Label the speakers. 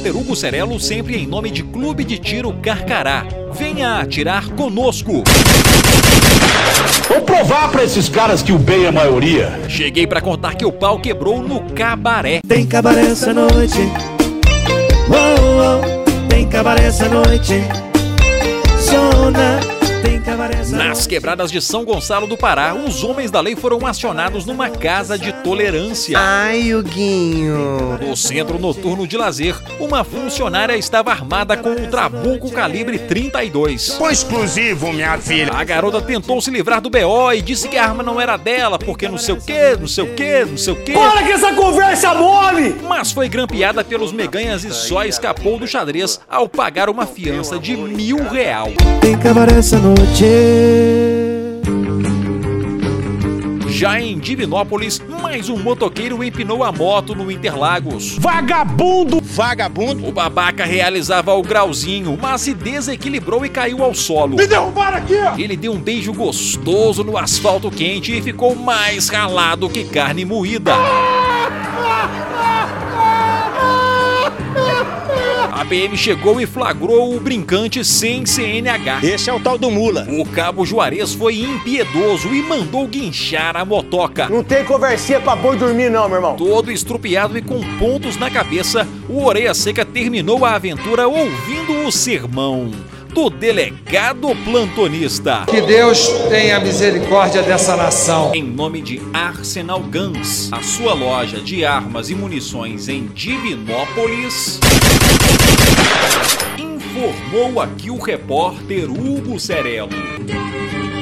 Speaker 1: ser Hugo Cerelo sempre em nome de Clube de Tiro Carcará. Venha atirar conosco!
Speaker 2: Vou provar pra esses caras que o bem é a maioria.
Speaker 1: Cheguei pra contar que o pau quebrou no cabaré.
Speaker 3: Tem cabaré essa noite. Oh, oh, tem cabaré essa noite. Zona, tem cabaré essa
Speaker 1: Nas
Speaker 3: noite.
Speaker 1: quebradas de São Gonçalo do Pará, os homens da lei foram acionados numa casa de tolerância.
Speaker 4: Ai, Huguinho.
Speaker 1: No centro noturno de lazer, uma funcionária estava armada com um trabuco calibre 32.
Speaker 5: Foi exclusivo, minha filha.
Speaker 1: A garota tentou se livrar do BO e disse que a arma não era dela, porque não sei o que, não sei o que, não sei o que.
Speaker 6: Para com essa conversa mole!
Speaker 1: Mas foi grampeada pelos meganhas e só escapou do xadrez ao pagar uma fiança de mil real.
Speaker 3: Tem cabaré essa noite.
Speaker 1: Já em Divinópolis, mais um motoqueiro empinou a moto no Interlagos.
Speaker 5: Vagabundo! Vagabundo!
Speaker 1: O babaca realizava o grauzinho, mas se desequilibrou e caiu ao solo.
Speaker 5: Me derrubaram aqui, ó!
Speaker 1: Ele deu um beijo gostoso no asfalto quente e ficou mais ralado que carne moída. A PM chegou e flagrou o brincante sem CNH.
Speaker 5: Esse é o tal do Mula.
Speaker 1: O cabo Juarez foi impiedoso e mandou guinchar a motoca.
Speaker 6: Não tem conversinha pra boi dormir, não, meu irmão.
Speaker 1: Todo estrupiado e com pontos na cabeça, o Orelha Seca terminou a aventura ouvindo o sermão do delegado plantonista.
Speaker 7: Que Deus tenha misericórdia dessa nação.
Speaker 1: Em nome de Arsenal Guns, a sua loja de armas e munições em Divinópolis, informou aqui o repórter Hugo Cerello.